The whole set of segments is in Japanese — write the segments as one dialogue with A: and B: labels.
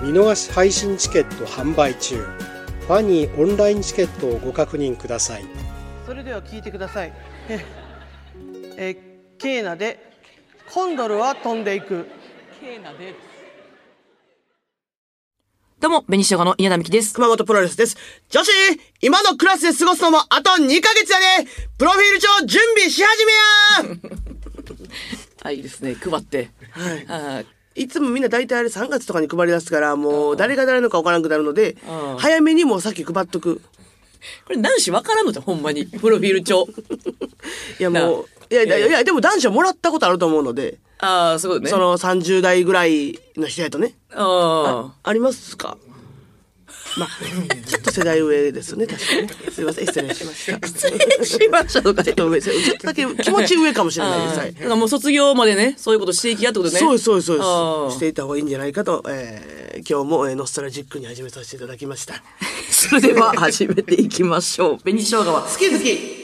A: 見逃し配信チケット販売中ファニーオンラインチケットをご確認ください
B: それでは聞いてください えーえーケーナでコンドルは飛んでいく
C: ケーナで
D: どうも、紅生姜の稲田美希です。
E: 熊本プロレスです。女子、今のクラスで過ごすのもあと2ヶ月やねプロフィール帳準備し始めや
D: あ、いいですね。配って。はい。
E: いつもみんな大体あれ3月とかに配り出すから、もう誰が誰のか分からなくなるので
D: うん、
E: 早めにもうさっき配っとく。
D: これ男子わからんのじゃん、ほんまに。プロフィール帳。
E: いやもう、いやいやいや、でも男子はもらったことあると思うので、
D: ああ、すごいね。
E: そ、の30代ぐらいの人やとね。
D: あ
E: ありますか まあ、ちょっと世代上ですよね、確かにね。すいません、失礼しました。失
D: あ。しましたとか
E: ちょっと上、ちょっとだけ気持ち上かもしれないです。
D: あ
E: は
D: あ
E: い
D: だからもう卒業までね、そういうことしていきやってことね。
E: そうですそうですそうで
D: ああ
E: すしていた方がいいんじゃないかと、えー今日も、えーノスタルジックに始めさせていただきました
D: それでは始めていきましょう。 紅生姜は
E: 好き好き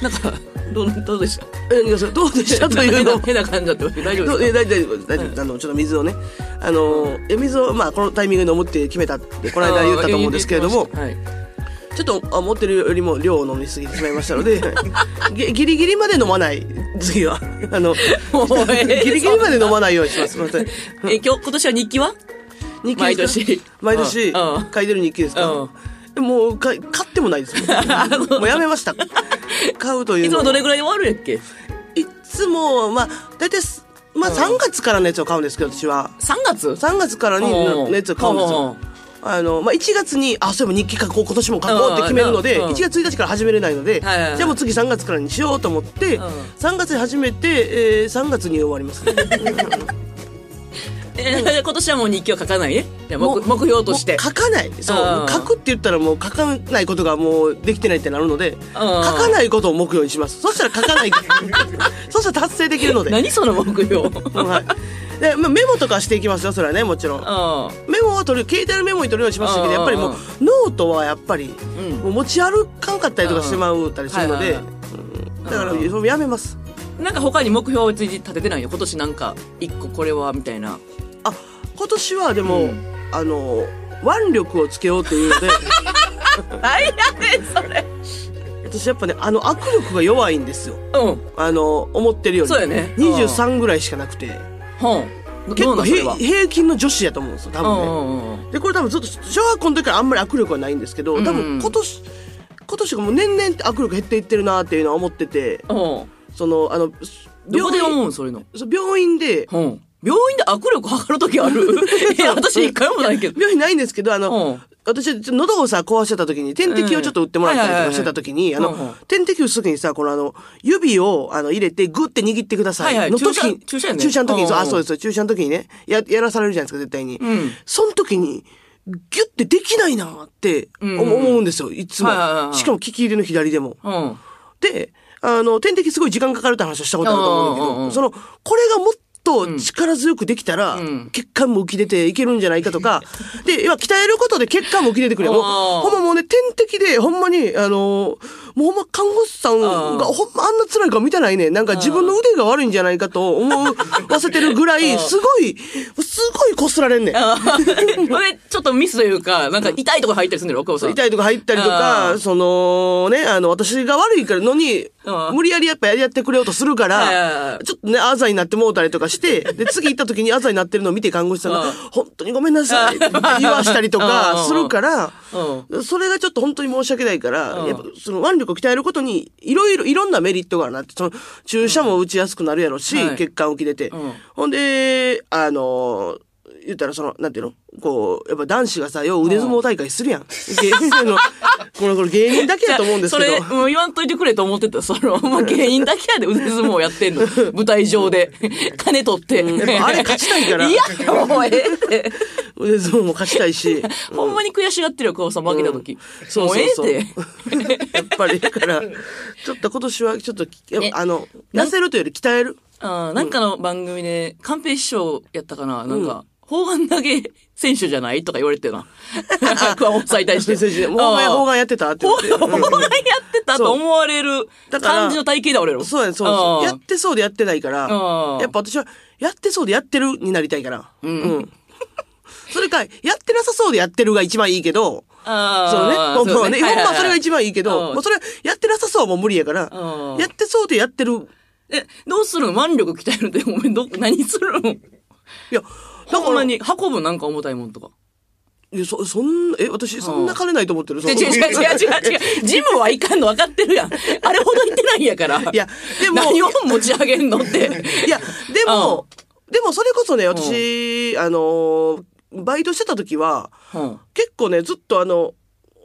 D: なんか、どう、どうでした
E: えーいやそれどうでしたという
D: 変
E: の
D: な
E: を
D: 変な感じだって大丈夫
E: どう
D: で
E: えー
D: す
E: 大丈夫です大丈夫ですあのちょっと水をねあのーいや水をまあこのタイミングで思って決めたってこ
D: か
E: の間言ったと思うんですけれども
D: ああ言ってましたはい。
E: ちょっとあ思ってるよりも量を飲みすぎてしまいましたので ぎギリギリまで飲まない次はあの
D: もうえー
E: ギリギリまで飲まないようにしますすみません
D: え、今日、今年は日記は
E: 日記ですか
D: 毎
E: 毎年
D: 年うんうん
E: 書いてる日記です
D: う
E: か
D: ん
E: でもうか買ってもない ですもんもうやめました買うという
D: いつ
E: の
D: も
E: は
D: どれぐらい終わるやっけ
E: いつもまあ大体すまあ3月からのやつを買うんですけど私は
D: ?3 月
E: 3月からに
D: うん
E: のやつを買うんです
D: う
E: よ
D: ん
E: あの、まあ、1月に、あ、そういえば日記書こう、今年も書こうって決めるので、
D: うんうん
E: 1月1日から始めれないので、じ
D: はいはいはい
E: ゃあもう次3月からにしようと思って、
D: うん
E: 3月に始めて、えー3月に終わり ます、ね。
D: えー 今年はもう日記は書かないね。じゃあ目目標として
E: もう。書かないそううん書くって言ったらもう書かないことがもうできてないってなるので書かないことを目標にしますそしたら書かない そしたら達成できるので
D: 何その目標
E: はいでまあメモとかしていきますよそれはねもちろん
D: あ
E: メモは取る携帯のメモに取るようにしましたけど
D: うん
E: やっぱりもう
D: うん
E: ノートはやっぱり、
D: ん
E: もう持ち歩かんかったりとかしてまうたりするので、
D: うんはいは
E: うんだからそれやめます
D: あなんか他に目標を別に立ててないよ今年なんか一個これはみたいな
E: あ今年はでも、あの腕力をつけようというので
D: 何やねんそれ
E: 私やっぱねあの握力が弱いんですよ
D: うん
E: あの、思ってるより。
D: そうやね
E: 23ぐらいしかなくて。
D: 本
E: 結
D: ど
E: 構
D: うなんそれは
E: 平平均の女子やと思うんですよ、多
D: うんう
E: 分ね。
D: んうん
E: で、これ多分ずっと、小学校の時からあんまり握力はないんですけど、
D: うん
E: 多分今年、今年がもう年々握力減っていってるなっていうのは思ってて、
D: うん
E: その、あの、
D: どこで思
E: 院、
D: うんそういうの
E: そう病院で、
D: うん病院で握力測るときある いや私一回もないけど
E: 病院ないんですけど、あ
D: う
E: の
D: ん、
E: 私、ちょっと喉をさ、壊してた時に、点滴をちょっと打ってもらったりとかしてた時に、
D: う
E: あ
D: んはいはいはい
E: の
D: うん、
E: 点滴打つ時にさ、このあの、指を、あの、入れて、グって握ってくださ
D: はいはい
E: い。の時に
D: 注射注射やね
E: 注射の時に、そう
D: うん
E: あ、
D: うん
E: そうですそうです、注射の時にね、や、やらされるじゃないですか、絶対に
D: ん。
E: その時に、ギュってできないなって、
D: ん
E: 思思うんですよ、いつも
D: はいはいはいは。い
E: しかも、利き入れの左でも。
D: うん
E: で、あの、点滴すごい時間かかるって話をしたことあると思うんだ
D: うんうんう
E: け
D: んうん
E: ど、その、これがもっと力強くできたら、血管も浮き出ていけるんじゃないかと か、で、要は鍛えることで血管も浮き出てくるよ。もう
D: あー
E: ほんまもうね、点滴で、ほんまに、あの、もうほんま看護師さんが
D: あー
E: ほんまあんな辛い顔見てないね。なんか自分の腕が悪いんじゃないかと思わせてるぐらい、すごい、すごいこすられんねん。
D: あーこれちょっとミスというかなんか痛いとこ入ったりするんだよ奥さん
E: 痛いとか入ったりと
D: う
E: か、
D: ん
E: そのね、あの、私が悪いからのに
D: う、ん
E: 無理やりやっぱやってくれようとするか
D: はい
E: ら
D: は、い
E: ちょっとね、あざになってもうたりとか して、で、次行った時にあざになってるのを見て看護師さん
D: うん
E: が、本当にごめんなさいって言わしたりと
D: うんうんう
E: か
D: ん
E: するから、
D: うん
E: それがちょっと本当に申し訳ないから、
D: うん
E: やっぱその腕力を鍛えることに、いろいろ、いろんなメリットがあるなって、その、注射も打ちやすくなるやろし、
D: はい
E: 血管を切れて。
D: うん
E: ほんで、あの、 言ったらその、なんていうのこう、やっぱ男子がさ、よう腕相撲大会するやん。であのこのこれ芸人だけだと思うんですけ
D: じゃあ
E: ど
D: それ、もう言わんといてくれと思ってた。その、まあ、芸人だけやで腕相撲やってんの。舞台上で。 金取っ
E: や
D: て。
E: っぱあれ勝ちたいから
D: いや、もうええって。
E: 腕相撲も勝ちたいし
D: ほんまに悔しがってるよ、母さん負けた時。
E: そう
D: もうえ
E: そうそう
D: えって。
E: やっぱりだからちょっと今年はちょっとやっぱあの
D: な
E: 出
D: ん
E: せるというより鍛える
D: あーなんかの番組で、寛平師匠やったかななんか、砲丸投げ選手じゃないとか言われて な。クワモンさんに対して。
E: 先生もう
D: あー
E: 砲丸やってたって言
D: 砲
E: って
D: 丸砲丸やってたと思われる
E: だから
D: 感じの体型だ、俺ら。
E: そうやそうそう
D: あー
E: やってそうでやってないから
D: あー
E: やっぱ私はやってそうでやってるになりたいからうん それかやってなさそうでやってるが一番いいけどそうね。
D: あー
E: ほんまはね。ほんまはそれが一番いいけ
D: う
E: ど、
D: ん
E: もうそれやってなさそうはもう無理やから
D: う、ん
E: やってそうでやってる。
D: え、どうするの腕力鍛えるって、お前、ど、何するの
E: いや、だ
D: ほ
E: か
D: んま
E: ら、い
D: に、運ぶなんか重たいもんとか。
E: やそ、そんな、え、私そんな金ないと思ってる。そ
D: 違う
E: う
D: 違う違う違う違う。ジムはいかんの分かってるやん。あれほど行ってないんやから。
E: いやでも
D: 何を持ち上げんのって。
E: いや、でも、でもそれこそね、私、あのー、バイトしてた時は、
D: うん。
E: 結構ね、ずっとあの、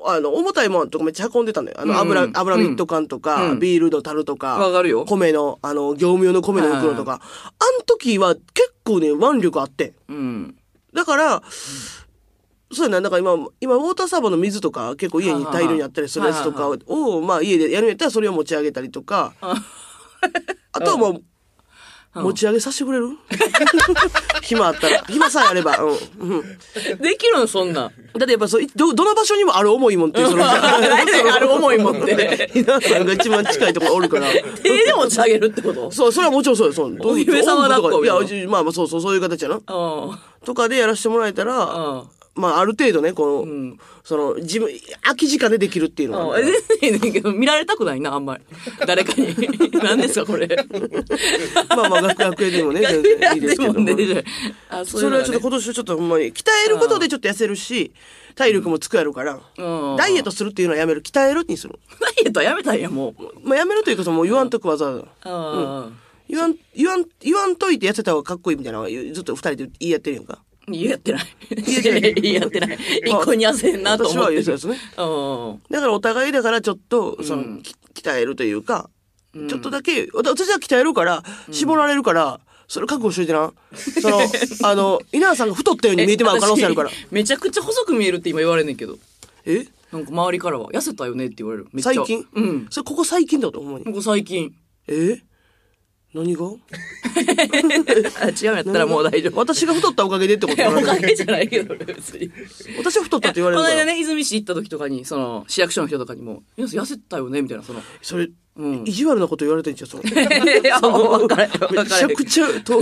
E: あの、重たいもんとかめっちゃ運んでたのよ。あ
D: う
E: の、
D: ん
E: 油、油ミット缶とか、
D: うん
E: ビールの樽と
D: わ
E: か、
D: かるよ。
E: 米の、あの、業務用の米の袋とか、あの時は結構ね、腕力あって。
D: うん。
E: だから、そうやな、なんか今、今、ウォーターサーバーの水とか、結構家に大量にあったりするやつとかを、まあ家でやるんやったらそれを持ち上げたりと か、あとはもう、
D: うん
E: 持ち上げさせてくれ る 暇あったら。暇さえあれば。うん。うん
D: できるん、そんなん。
E: だってやっぱそう、いど、どの場所にもある重いもんって、その、
D: 何で ある思い持って。
E: ひなさんが一 番近いところおるから。
D: 手で持ち上げるってこと
E: そう、それはもちろんそうよ、そう。どう
D: お姫様抱っこ
E: いや、じまあまあそうそう、そういう形やな。
D: うん。
E: とかでやらせてもらえたら、
D: うん。
E: まあある程度ね、この、
D: ん
E: その、自分、空き時間でできるっていうのは
D: うん、全然いいねんけど、見られたくないな、あんまり。誰かに。 何ですか、これ。
E: ま あまあ学学園でもね、全然いいですけども。
D: あ、そうい
E: そうれ
D: の
E: は
D: は
E: ちょっ
D: ちょっ
E: と
D: と
E: 今年はちょっとほんまに鍛えることでちょっと痩せるし、体力もつくやるから、
D: うん
E: ダイエットするっていうのはやめる、鍛えるにする。
D: ダイエットはやめたんや、もう。
E: まあやめるというかそのもう言わんとくわざわざ。
D: うん。
E: 言わん、言わん、言わんといて痩せた方がかっこいいみたいなのはずっと二人で言い合ってるやんか。
D: 言い合ってない。
E: 合ってない
D: 言い合ってない。一個に焦んなと
E: 私
D: 思っ
E: は
D: て
E: 言
D: る。
E: うてですね。
D: うん。
E: だからお互いだからちょっと、その、き鍛えるというか、ちょっとだけ、わた私は鍛えるから、絞られるから、それ覚悟しといてな。そ の、あの、稲田さんが太ったように見えてまう可能性あるから
D: え。私めちゃくちゃ細く見えるって今言われんねんけど。
E: え
D: なんか周りからは、痩せたよねって言われる。めっちゃ。
E: 最近
D: うん。
E: それここ最近だと思うに
D: こ。こ最近。
E: え何が
D: あ、違うんやったらもう大丈夫。
E: 私が太ったおかげでってこ
D: い
E: と
D: や、お
E: な
D: かげじゃないけど、俺別に。
E: 私は太ったって言わ
D: こ
E: れる
D: の
E: から。
D: 間ね、泉市行った時とかに、その、市役所の人とかにも、皆さん痩せたよねみたいな、その、
E: それ、
D: うん
E: 意地悪なこと言われてんじ ゃん、その。め
D: いや、分からへん、分からへん。
E: ちゃくちゃと、遠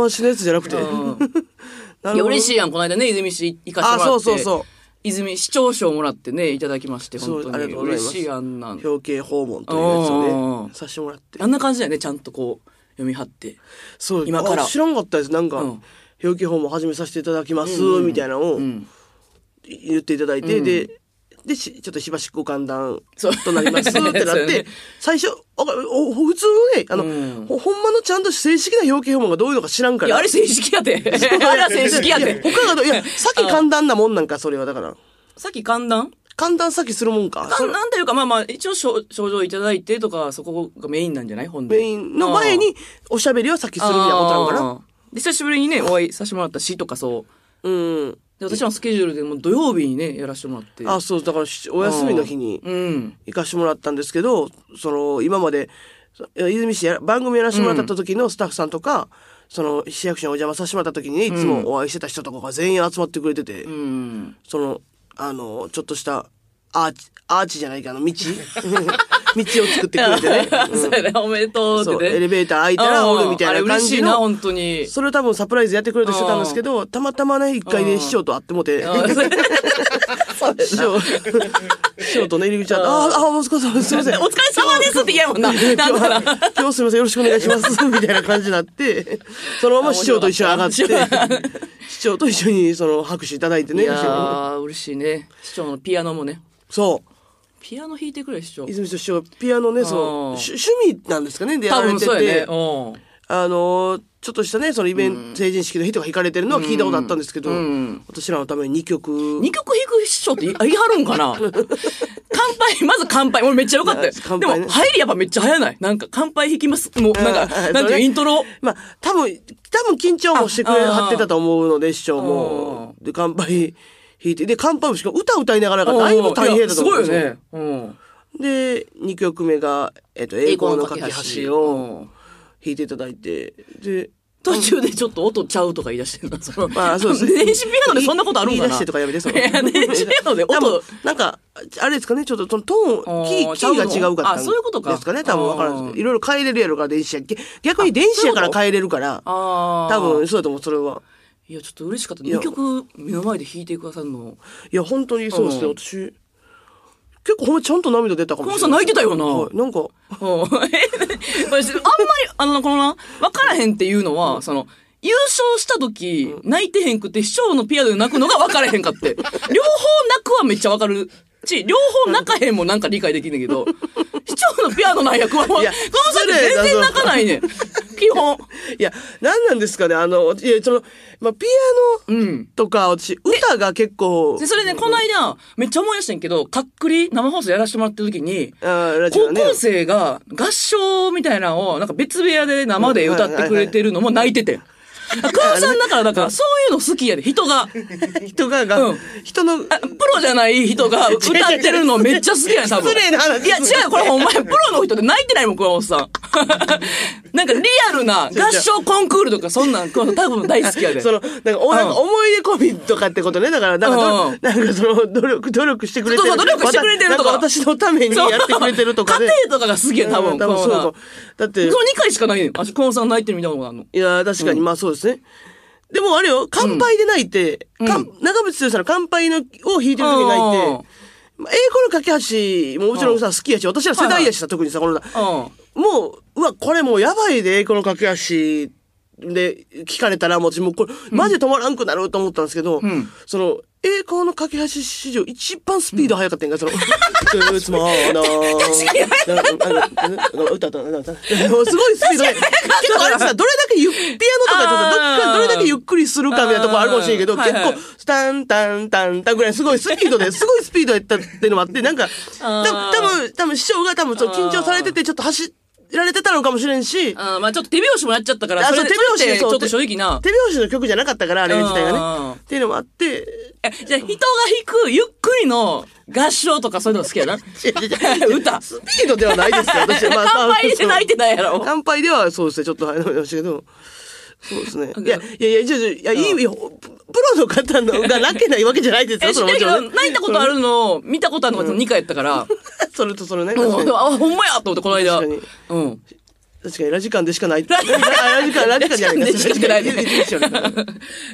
E: 回しのやつじゃなくて。ないる
D: や、
E: ほど
D: 嬉しいやん、この間ね、泉市行かせてもらって。
E: あそうそうそう
D: 泉市長賞もらってね、いただきまして、
E: そう
D: 本当に。
E: ありがとうございます
D: 嬉しいやんなん。
E: 表敬訪問というやつを
D: う
E: ね
D: ん、
E: さしてもらって
D: あ。んな感じだよね、ちゃんとこう、読み張って。
E: そう、
D: 今から
E: あ知らんかったです。なんか、
D: うん
E: 表敬訪問始めさせていただきます、みたいなのを
D: うん。
E: 言っていただいて、で、で、しちょっとしばしご歓談
D: そう
E: となりますってなっ
D: そう
E: て、
D: ね
E: 最初、あお普通のね、あの、
D: うん
E: ほほんまのちゃんと正式な表敬訪問がどういうのか知らんか
D: い
E: ら。
D: や、あれ正式やで。あれは正式や
E: いや
D: で。
E: 他がど、いや、さっき簡単なもんなんか、それはだから。
D: さっき寒暖
E: 簡単さっきするもんか。そ
D: 寒
E: れ
D: 暖というか、まあまあ、一応症症状いただいてとか、そこがメインなんじゃない本で。
E: メインの前に、おしゃべりはさっきするみたいなことなんか
D: あ
E: な。
D: ーで久しぶりにね、お会いさせてもらったしとかそう。
E: うん。
D: で私のスケジュールでもう土曜日にね、やらせてもらって。
E: あ、そう、だからし、お休みの日に
D: うん。
E: 行かしてもらったんですけど、その、今まで、そ泉市や、番組やらせてもらった時のスタッフさんとか、その、市役所にお邪魔させてもらった時にね、いつもお会いしてた人とかが全員集まってくれてて、
D: うん。
E: その、あの、ちょっとした、アーチ、アーチじゃない か、あの、道道を作ってくれてね。うん
D: そうやね、おめでとうって
E: そう、
D: ね。
E: エレベーター開いたらおるみたいな
D: あれ
E: 感
D: 嬉し
E: じ
D: いな、
E: の。
D: 本当 に。
E: それを多分サプライズやってくれるとしてたんですけど、たまたまね、一回
D: う
E: で
D: ん
E: 市長と会ってもて、
D: あー
E: 師匠、師匠とね、入り口ああー、あー、もうすこさん、すいません。
D: お疲れ様ですって言えもん な。なん
E: 今日
D: なら。
E: は、今日すいません、よろしくお願いし ます、みたいな感じになって、そのまま市長と一緒に上がって
D: 面白かっ、
E: 市長と一緒にその拍手いただいて
D: い
E: ね、
D: やー、嬉しいね。市長のピアノもね。
E: そ
D: ピアノ弾いてくれ、市長
E: う、。泉市長、ピアノね、その、
D: うん
E: 趣趣味なんですかね、でや
D: 多
E: られ
D: 分
E: て
D: そうやね
E: て、。
D: う
E: あのーちょっとしたね、そのイベント、成人式の日とか弾かれてるのは聞いたことあったんですけど、
D: ん
E: 私らのために2曲。
D: 二曲弾く人って言い言い張るんか な乾杯、まず乾杯。俺めっちゃ良かったよ。
E: 乾
D: で
E: 杯ね
D: も、入りやっぱめっちゃ早ない。なんか乾杯弾きます。もう、なんか、
E: うん
D: なんていうイントロ。
E: まあ、多分、多分緊張もしてくれはってたと思うので、師匠も。で、乾杯弾いて、で、乾杯もしかも歌歌いながらがだいぶ大変だと思う
D: い
E: んですすよ
D: やごいよね。うん。
E: で、2曲目が、えっと、栄光の架け橋を弾いていただいて、で、
D: 途中でちょっと音ちゃうとか言い出してんだ。その
E: まあそうですね
D: 電子ピアノでそんなことあるんか
E: 言
D: な
E: い出してとかやめて、その
D: いや電子ピアノで
E: 多分
D: 音。
E: なんか、あれですかね、ちょっとそのトーン、キ
D: あー
E: ー、キーが違うかったん
D: あそういうことか
E: ですかね、多分わからんですけ
D: あ
E: ど。いろいろ変えれるやろから、電子や。逆に電子やから変えれるから、
D: ああ。
E: 多分そうだと思う、それは。
D: いや、ちょっと嬉しかった。
E: いや
D: 2曲目の前で弾いてくださるの。
E: いや、本当にそうですね、
D: うん
E: 私。結構ほんまちゃんと涙出たかもしれない。
D: コンさん泣いてたよな
E: はいなんか、
D: うん 私あんまり、あの、このな、わからへんっていうのは、その、優勝した時、泣いてへんくて、師匠のピアノで泣くのが分からへん かって。両方泣くはめっちゃ分かるし、両方泣かへんもなんか理解できんねんけど、師匠のピアノなんや、このこの
E: いや
D: 先全然泣かないねん。基本。
E: いや、何なんですかね、あの、いや、その、まあ、ピアノ
D: うん。
E: とか、私、歌が結構、
D: で、それね、この間、めっちゃ思い出してんけど、かっくり生放送やらせてもらってる時に、
E: あーラジオが
D: 高
E: ね。
D: 校生が合唱みたいなのを、なんか別部屋で生で歌ってくれてるのも泣いててん。あ高校さんだから、だから、そういうの好きやで、人が。
E: 人がが、
D: うん
E: 人の、
D: あプロじゃない人が歌ってるのめっちゃ好きやねん、多分。
E: 失礼な話
D: いや、違うよ、これほんまや。プロの人で泣いてないもん、熊本さん。 なんかリアルな合唱コンクールとか、そんなん、多分大好きやで。
E: その、なんか、おなんか
D: うん
E: 思い出込みとかってことね。だから、なんか
D: う
E: ど、
D: ん
E: なんかその、努力、努力してくれてる。
D: そうそう努力してくれてるとか
E: またなん私のためにやってくれてるとかね。
D: そう家庭とかがすげえ、多
E: う
D: 分。
E: ん多分そう
D: 熊
E: そう
D: 本さん。
E: だって
D: そ、の2回しかないねん。あ、熊本さん泣いてるみたいなことあんの。
E: いやー、確かに、まあそうですね。でもあれよ、乾杯で泣いて、かん長渕剛さんの乾杯のを弾いてる時に泣いて、まあ、英語の架け橋ももちろんさ、好きやし、私ら世代やしさ、特にさ、この、
D: うん。うん。
E: もう、うわ、これもうやばいで、この駆け足で聞かれたら、もう私もうこれ、マジで止まらんくなると思ったんですけど、
D: ん
E: その、栄光の駆け足史上一番スピード速かったんやんか、その、うつもーなー。確かに歌った、歌った。もうすごいスピードで。結構あれさ、どれだけゆっ、ピアノとかやってさどっか、
D: あー
E: どれだけゆっくりするかみたいなとこあるかもしれんけど、
D: あーはい
E: 結
D: はい
E: 構、タンタンタンタンぐらいすごいスピードで、すごいスピードやったっていうのもあって、なんか、多分多分多分師匠が多分そう緊張されてて、ちょっと走られてたのかもしれんし、
D: あーまあちょっと手拍子もやっちゃったから、
E: あ
D: それ
E: そう
D: で
E: 手拍子
D: それってち
E: そう
D: ょっと正直な。
E: 手拍子の曲じゃなかったから、あれ自体
D: うん
E: がね。っていうのもあって、
D: えじゃあ人が弾くゆっくりの合唱とかそういうの好きやな。
E: いやいやいや
D: 歌
E: スピードではないですよ、私は。
D: 乾杯して泣いてないやろ。
E: 乾杯ではそうですね、ちょっと早飲みましたけど。そうですね。いや、いやいや、ちょちょいや、いいよ。プロの方のが泣けないわけじゃないです
D: え
E: よ、
D: 知っ
E: そ
D: て
E: れ
D: る
E: も
D: け
E: ち
D: ど、
E: ろんね。
D: 泣いたことあるのを見たことあるのが2回やったから、
E: それとそれ ね。
D: うん
E: 確かに
D: あ、ほんまやと思って、この間。
E: 確
D: うん。
E: 確かに、ラジカンでしかない。ラジカン、ラジカンじゃない
D: ラジカンでし かない
E: ラジカンでしかない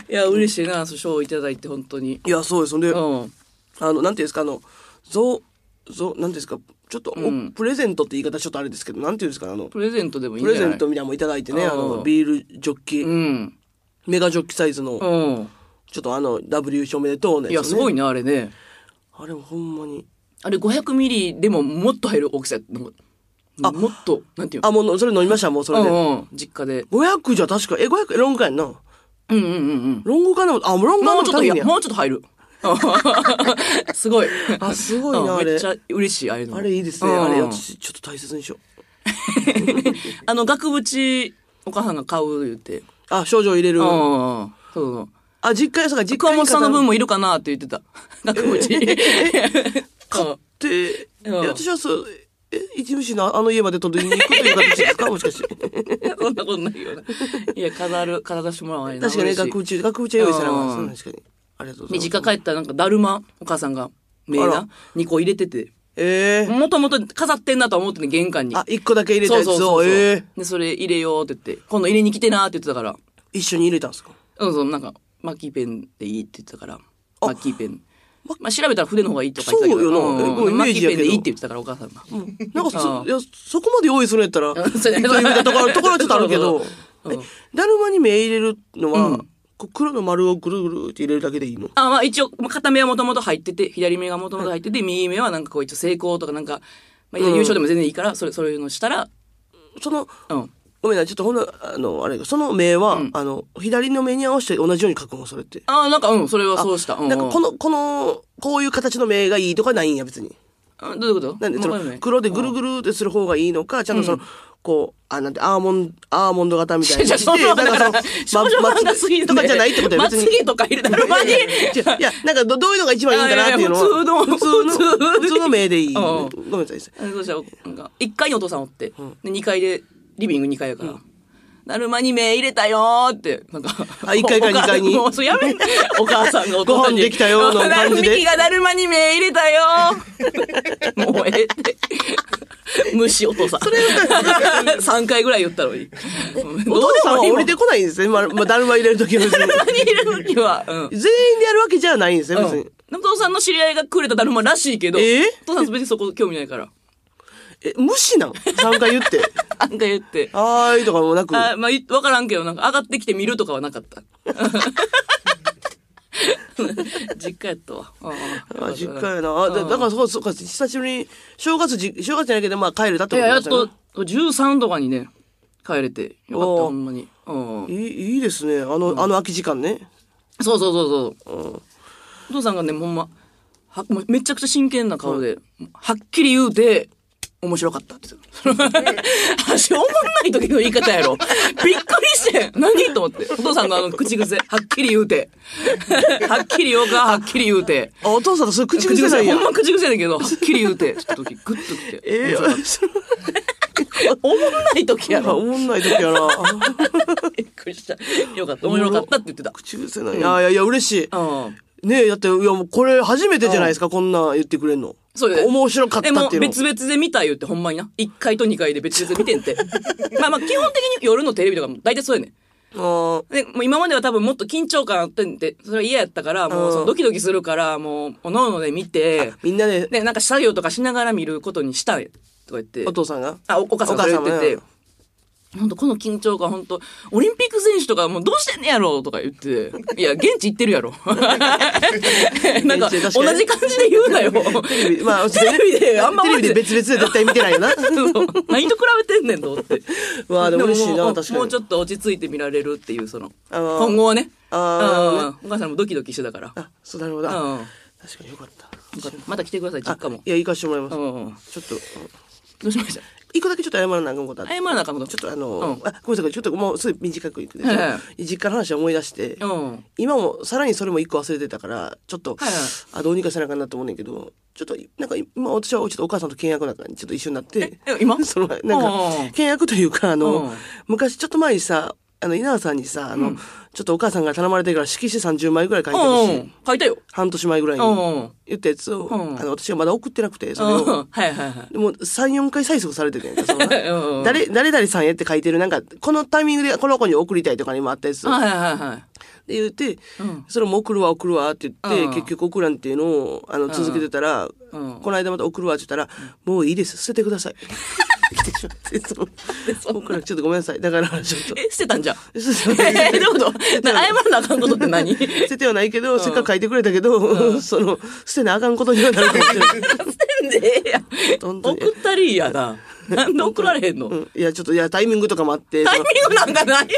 D: いや、嬉しいな、そう賞をいただいて、本当に。
E: いや、そうです。ほんで、
D: うん。
E: あの、なんていうんですか、あの、ぞ、ぞ、なんていうんですか、ちょっと、おプレゼントって言い方ちょっとあれですけど、なんていうんですか、あの、
D: プレゼントでもいいん
E: プ
D: じ
E: レ
D: ゃない
E: ゼントみたいなのもいただいてね、あ
D: うん
E: の、ビールジョッキ、
D: うん。
E: メガジョッキサイズの、
D: うん。
E: ちょっとあの、W 優勝おめでとうね。
D: いや、すごい。ね、あれね。
E: あれもほんまに。
D: あれ500ミリでももっと入る大きさやったもん
E: あ
D: もっと、なんていうの
E: あ、もう、それ飲みました、もうそれ
D: う
E: で。
D: んうん。実家で。
E: 500じゃ確か、え、500、ロングかやんな。
D: うんうんうんうん。
E: ロングかなあ、もうロングかな
D: もうちょっと、い
E: 多分
D: や、もうちょっと入る。 すごい。
E: あすごいな
D: うん
E: あれ
D: めっちゃ嬉しい、ああいうの。
E: あれいいですね。
D: うん
E: あれ、私、ちょっと大切にしよう。
D: あの、額縁、お母さんが買う言うて。
E: あ、少女入れ
D: う
E: る
D: ん。。そうそう。
E: あ、実家やさか、実
D: 熊
E: 家
D: 本
E: に
D: さん
E: 飾
D: の
E: る
D: 分もいるかなって言ってた。額縁。 そう
E: って、え
D: うん
E: 私はそう、え、一無士のあの家まで届けに行くという形 ですかもしかして。
D: そんなことないよな。いや、飾る、飾らせてもらわないな。
E: 確かにね、
D: 嬉しい
E: 学部中、学部中用意したら、
D: うん
E: そうなんですけど。ありがとうござい
D: で、
E: ます。
D: 実家帰ったらなんか、だるま、お母さんが、名
E: あ
D: な
E: ら、
D: 2個入れてて。
E: ええ
D: もともと飾ってんなとは思ってね、玄関に。
E: あ、一個だけ入れた
D: そ
E: や
D: う
E: つ
D: そう
E: を、
D: そう。
E: ええ
D: で、それ入れようって言って、今度入れに来てなって言ってたから。
E: 一緒に入れたんですか
D: うん、そう、なんか、マッキーペンでいいって言ってたから、
E: あ
D: マッキーペン。まあ、調べたら筆の方がいいとか言ってたけ
E: そう
D: ど、
E: よなえこ
D: う
E: れ
D: ん
E: イ
D: マ
E: メ
D: ッ
E: ー
D: キ
E: ジ
D: ー
E: やけ
D: ペン
E: ど
D: でいいって言ってたから、お母さんが。
E: なんか
D: う
E: そ、
D: ん
E: いや、そこまで用意するんやったら、
D: んそうやな
E: というとこ ろ、ところはちょっとあるけど
D: そう、
E: え、だるまに目入れるの
D: うん
E: は、こう黒の丸をぐるぐるって入れるだけでいいの
D: あ、まあ一応、まあ片目はもともと入ってて、左目がもともと入ってて、右目はなんかこう一応成功とかなんか、まあ優勝でも全然いいから、それ、そういうのしたら、
E: その、
D: うん。
E: ごめんな、ちょっとほんの、あの、あれ、その目は、
D: うん
E: あの、左の目に合わせて同じように書くの、それって。
D: ああ、なんか、うん、それはそうした。う
E: なんかこの、この、こういう形の目がいいとかないんや、別に。
D: あどういうこと
E: なんで、そ
D: わかんな
E: の、
D: い
E: 黒でぐるぐるってする方がいいのか、ちゃんとその、こう、あ、なんて、アーモンド、アーモンド型みたいに
D: いや
E: して、
D: そんな
E: なん
D: だ
E: か
D: か
E: その
D: ら、少女
E: ま
D: 漫画すぎ
E: まつげ
D: る
E: とかじゃないってことよ、別に。
D: まつげとか入れたら、マジ
E: いやいやいやいや、なんかど、どういうのが一番いいんかなっていうの
D: あいや
E: は。
D: いや普通の
E: 普通の、普通の目でいい。
D: うん
E: ごめんなさい。
D: あそうしたらなんか1階にお父さんおって、で2階でリビング2階やから、だるまに目入れたよーって、なんか。
E: あ1階から2階に
D: お母さんもうそうやめて。お母さんがお父さんに。
E: ご飯できたよーの感じで
D: ミキがだるまに目入れたよーもうええって。虫お父さん。それ3回ぐらい言ったのに。
E: お父さんは
D: どうでもいいも
E: 降りてこないんですね。まあ、まあ、だるま入れるときは別に。
D: だるまに入れる時は。うん。
E: 全員でやるわけじゃないんですね、別
D: う
E: に
D: ん。お父さんの知り合いがくれただるまらしいけど、
E: えー
D: お父さん別にそこ興味ないから。
E: え、無視なん ?3 回言って。
D: あんか言って。
E: はーいとかもなく。
D: あまあ、いわからんけど、なんか上がってきて見るとかはなかった。 実家やったわ。うんうん
E: あ実家やな。あだだからそう、そうか、久しぶりに、正月じ、正月じゃないけど、まあ帰れたって
D: い
E: ことな
D: や、や
E: ん
D: っ
E: ですよ
D: と
E: ね。
D: 13とかにね、帰れて。よかっ
E: お
D: た、
E: ー
D: ほんまに。うん
E: いいいいですね。あの、あの空き時間ね。
D: そうそうそうそう。お父さんがね、ほんま、はもうめちゃくちゃ真剣な顔で、はっきり言うて、面白かったって言ってた。 あしょうもない時の言い方やろ。びっくりして何と思って。お父さんのあの口癖、はっきり言うて。はっきり言おうか、はっきり言うて。
E: あ、お父さんとそれ口
D: 口
E: 癖なん
D: 癖、
E: や
D: ほん。ま口癖だけど、はっきり言うて。ちょっと時、グッときて。
E: ええ
D: 面白かっ
E: ー、
D: たおもんない時や
E: あ
D: ろ。
E: おもん ない時 やな。
D: びっくりした。よかった、面白かったって言ってた。
E: 口癖なんや。あいやいや、嬉し
D: うん。
E: い。ねえ、だって、いや、もうこれ初めてじゃないですか、こんな言ってくれんの。
D: そうよね
E: 面白かった
D: で
E: っ
D: も
E: ていうの。
D: 別々で見た言ってほんまにな。1回と2回で別々で見てんって。 まあまあ基本的に夜のテレビとかも大体そうやねん。
E: あー
D: で、もう今までは多分もっと緊張感あってんて、それは嫌やったから、もうそのドキドキするから、もう、おのおので見て、
E: みんなで、
D: で、なんか作業とかしながら見ることにしたんやとか言って。
E: お父さんが。
D: あ、おお母さんがそれ言
E: お母
D: っ
E: さん
D: て
E: も
D: て。本当この緊張感本当オリンピック選手とかもうどうしてんねやろとか言って、いや、現地行ってるや ろ。
E: 現地確
D: なんか、
E: か
D: 同
E: に
D: じ感じで言う なよ。
E: テレビ、 まあ、
D: テレビであんま
E: テレビで
D: 待って
E: 別々で絶対見てないよな。
D: そう 何と比べてんねんと思って。
E: わあ、でも嬉しい
D: も
E: な、
D: う
E: 確かに。
D: もうちょっと落ち着いて見られるっていう、その、
E: あー
D: 今後はね。
E: あ
D: うんお母さんもドキドキしてたから。
E: あ、そう、なるほど。
D: うん
E: あ
D: よ
E: 確かによかった。
D: かったまた来てください、実家も
E: い。や、行かしてもらいま
D: う
E: す。
D: んうん
E: ちょっと、うん
D: どうしました
E: 一個だけちょっと謝らなあかんことあって
D: 謝。らなあかんこと。
E: ちょっ
D: ょ
E: とあ
D: うん
E: の、あ、ごめんなさい、ちょっともうすぐ短くいくんで
D: はいは
E: 実家の話を思い出して、
D: うん。
E: 今もさらにそれも一個忘れてたから、ちょっと
D: はいはい、
E: あ、どうにかせなあかんなと思うねんけど、ちょっと、なんか今私はちょっとお母さんと倹約なんかにちょっと一緒になって、
D: ええ今
E: その、なん
D: うん
E: か、倹約というか、あ
D: うん
E: の、昔ちょっと前にさ、あの、稲葉さんにさ、あの、ちょっとお母さんが頼まれてから色紙30枚ぐらい書いてほ
D: う
E: し
D: んう
E: い
D: ん。。書いたよ。
E: 半年前ぐらい
D: うんう
E: に
D: ん
E: 言ったやつを、
D: うん
E: あの私がまだ送ってなくて、それ
D: う
E: を
D: ん。はいはいはい。
E: でもう3、4回催促されてるやんか、そ の
D: うんうん
E: 誰、誰々さんへって書いてる、なんか、このタイミングでこの子に送りたいとかにもあったやつ。
D: はいはいはい。
E: で言って、
D: うん
E: それも送るわ送るわって言って、
D: うん
E: 結局送らんっていうのを、あの、続けてたら、
D: うん
E: この間また送るわって言ったら、もういいです、捨ててくだ さい。来てしまって、その僕らちょっとごめんなさい。だから、ちょっと。
D: え、捨てたんじゃん。
E: えそ
D: え
E: う
D: ー、 どういうことな謝らなあかんことって 何捨
E: 捨ててはないけど、せっかく書いてくれたけど、その、捨てなあかんことにはなるかもしれない。
D: てんでええやん。
E: 本当に
D: 送ったりやな。なんで送られへんの
E: うんいや、ちょっと、いや、タイミングとかもあって、
D: タイミングなんかない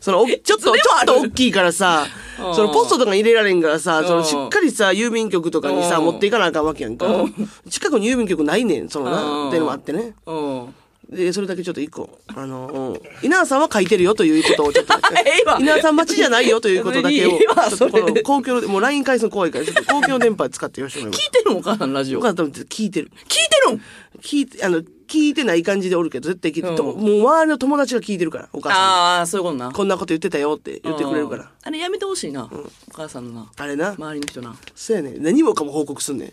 E: その、その おちょっと、ちょっと大きいからさ、
D: うん
E: そのポストとか入れられんからさ、そ
D: うん
E: の、しっかりさ、郵便局とかにさ、
D: うん
E: 持っていかなあかんわけやんか
D: う。
E: 近くに郵便局ないねん、その
D: うん
E: な、っていうのもあってね。
D: うん。
E: で、それだけちょっと一個、あの、うん稲田さんは書いてるよということをちょっ と
D: ええわ。
E: 稲田さん待ちじゃないよということだけを、
D: いいわ
E: ちょっとこ
D: それ
E: の公共の、もう LINE 回線怖いから、ちょっと公共電波使ってよろしくお願いしま
D: 聞
E: す。
D: いてるんお母さんラジオ。
E: 僕
D: 聞い
E: は多分聞いてる。
D: てるん
E: 聞いて、あの、聞いてない感じでおるけど、絶対聞いてる。と
D: うん
E: もう周りの友達が聞いてるから、お母さん
D: ああ、そういうことな。
E: に。こんなこと言ってたよって言ってくれるか
D: うん
E: ら。。
D: あれやめてほしいな。お母さんのな。
E: あれな。
D: 周りの人な。めっ
E: そうやね。何もかも報告すんねん。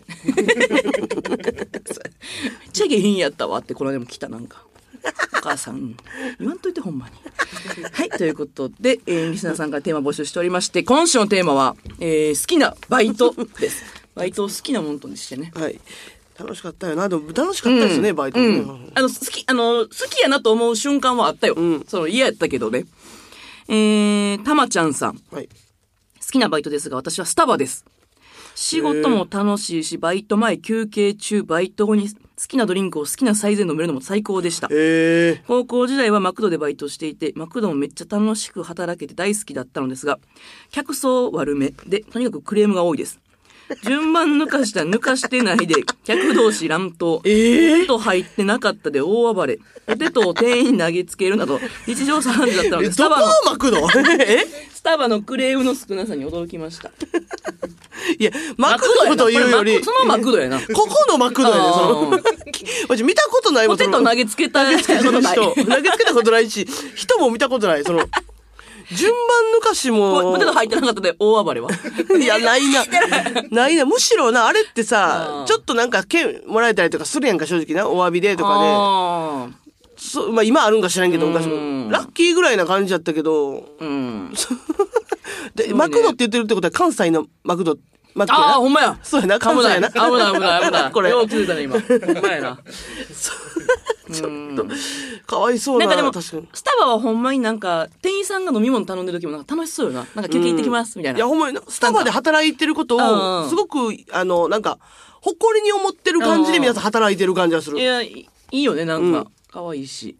D: ちゃ下品やったわって、この間も来たなんか。お母さん、うん言わんといてほんまに。はい、ということで、えー、リスナーさんからテーマ募集しておりまして、今週のテーマは、えー好きなバイトです。バイトを好きなものとしてね。
E: はい。楽しかったよな。でも楽しかったですね、バイトもね。うん
D: あの、好き、あの、好きやなと思う瞬間はあったよ。その、嫌やったけどね。えー、たまちゃんさん。好
E: はい。
D: きなバイトですが、私はスタバです。仕事も楽しいし、バイト前、休憩中、バイト後にきなドリンクを好きなサイズで飲めるのも最高でした。
E: え
D: 高校時代はマクドでバイトしていて、マクドもめっちゃ楽しく働けて大好きだったのですが、客層悪めで、とにかくクレームが多いです。順番抜かした抜かしてないで、客同士乱闘。えと入ってなかったで大暴れ。ポテトを店員に投げつけるなど、日常茶飯事だったの
E: ー、え
D: で、スタ
E: どこ
D: バの、
E: を巻くの え
D: スタバのクレームの少なさに驚きました。
E: いや、巻くのこと言うより、
D: マクドやなこれマクそのマクドやな。
E: ここの巻くのやね、その。
D: あ
E: マジ見たことないも
D: ポ
E: ん、そ
D: テ
E: の
D: ト投げつけたやつや ことない。
E: 人、投げつけたことないし、人も見たことない、その、順番抜かしも
D: ポ、テト入ってなかったで大暴れは。
E: いや、ないな。ないな。むしろな、あれってさ
D: うん、
E: ちょっとなんか券もらえたりとかするやんか、正直な。お詫びでとか
D: あー
E: で。そう、まあ今あるんか知らんけど、
D: うん
E: 昔ラッキーぐらいな感じやったけど。
D: うん。
E: で、
D: ごいね
E: マクドって言ってるってことは関西のマクド、マクドやな
D: ああ、ほんまや。
E: そうやな、関
D: 危
E: 西
D: な
E: や
D: い。
E: な。
D: 危ない、危ない、危 ない。
E: これ。
D: よう気づいたね、今。ほんまやな。
E: かわいそう
D: な
E: な。
D: んかでも、
E: 確かに。
D: スタバはほんまになんか、店員さんが飲み物頼んでる時もなんか楽しそうよな。なんか休憩行ってきます、みたい
E: いや、
D: な。
E: ほんまにな、スタバで働いてること
D: うんう
E: を、
D: ん
E: すごく、あの、なんか、誇りに思ってる感じで皆さん働いてる感じがする
D: い。や、いいよね、なん
E: うん
D: か。可愛いし。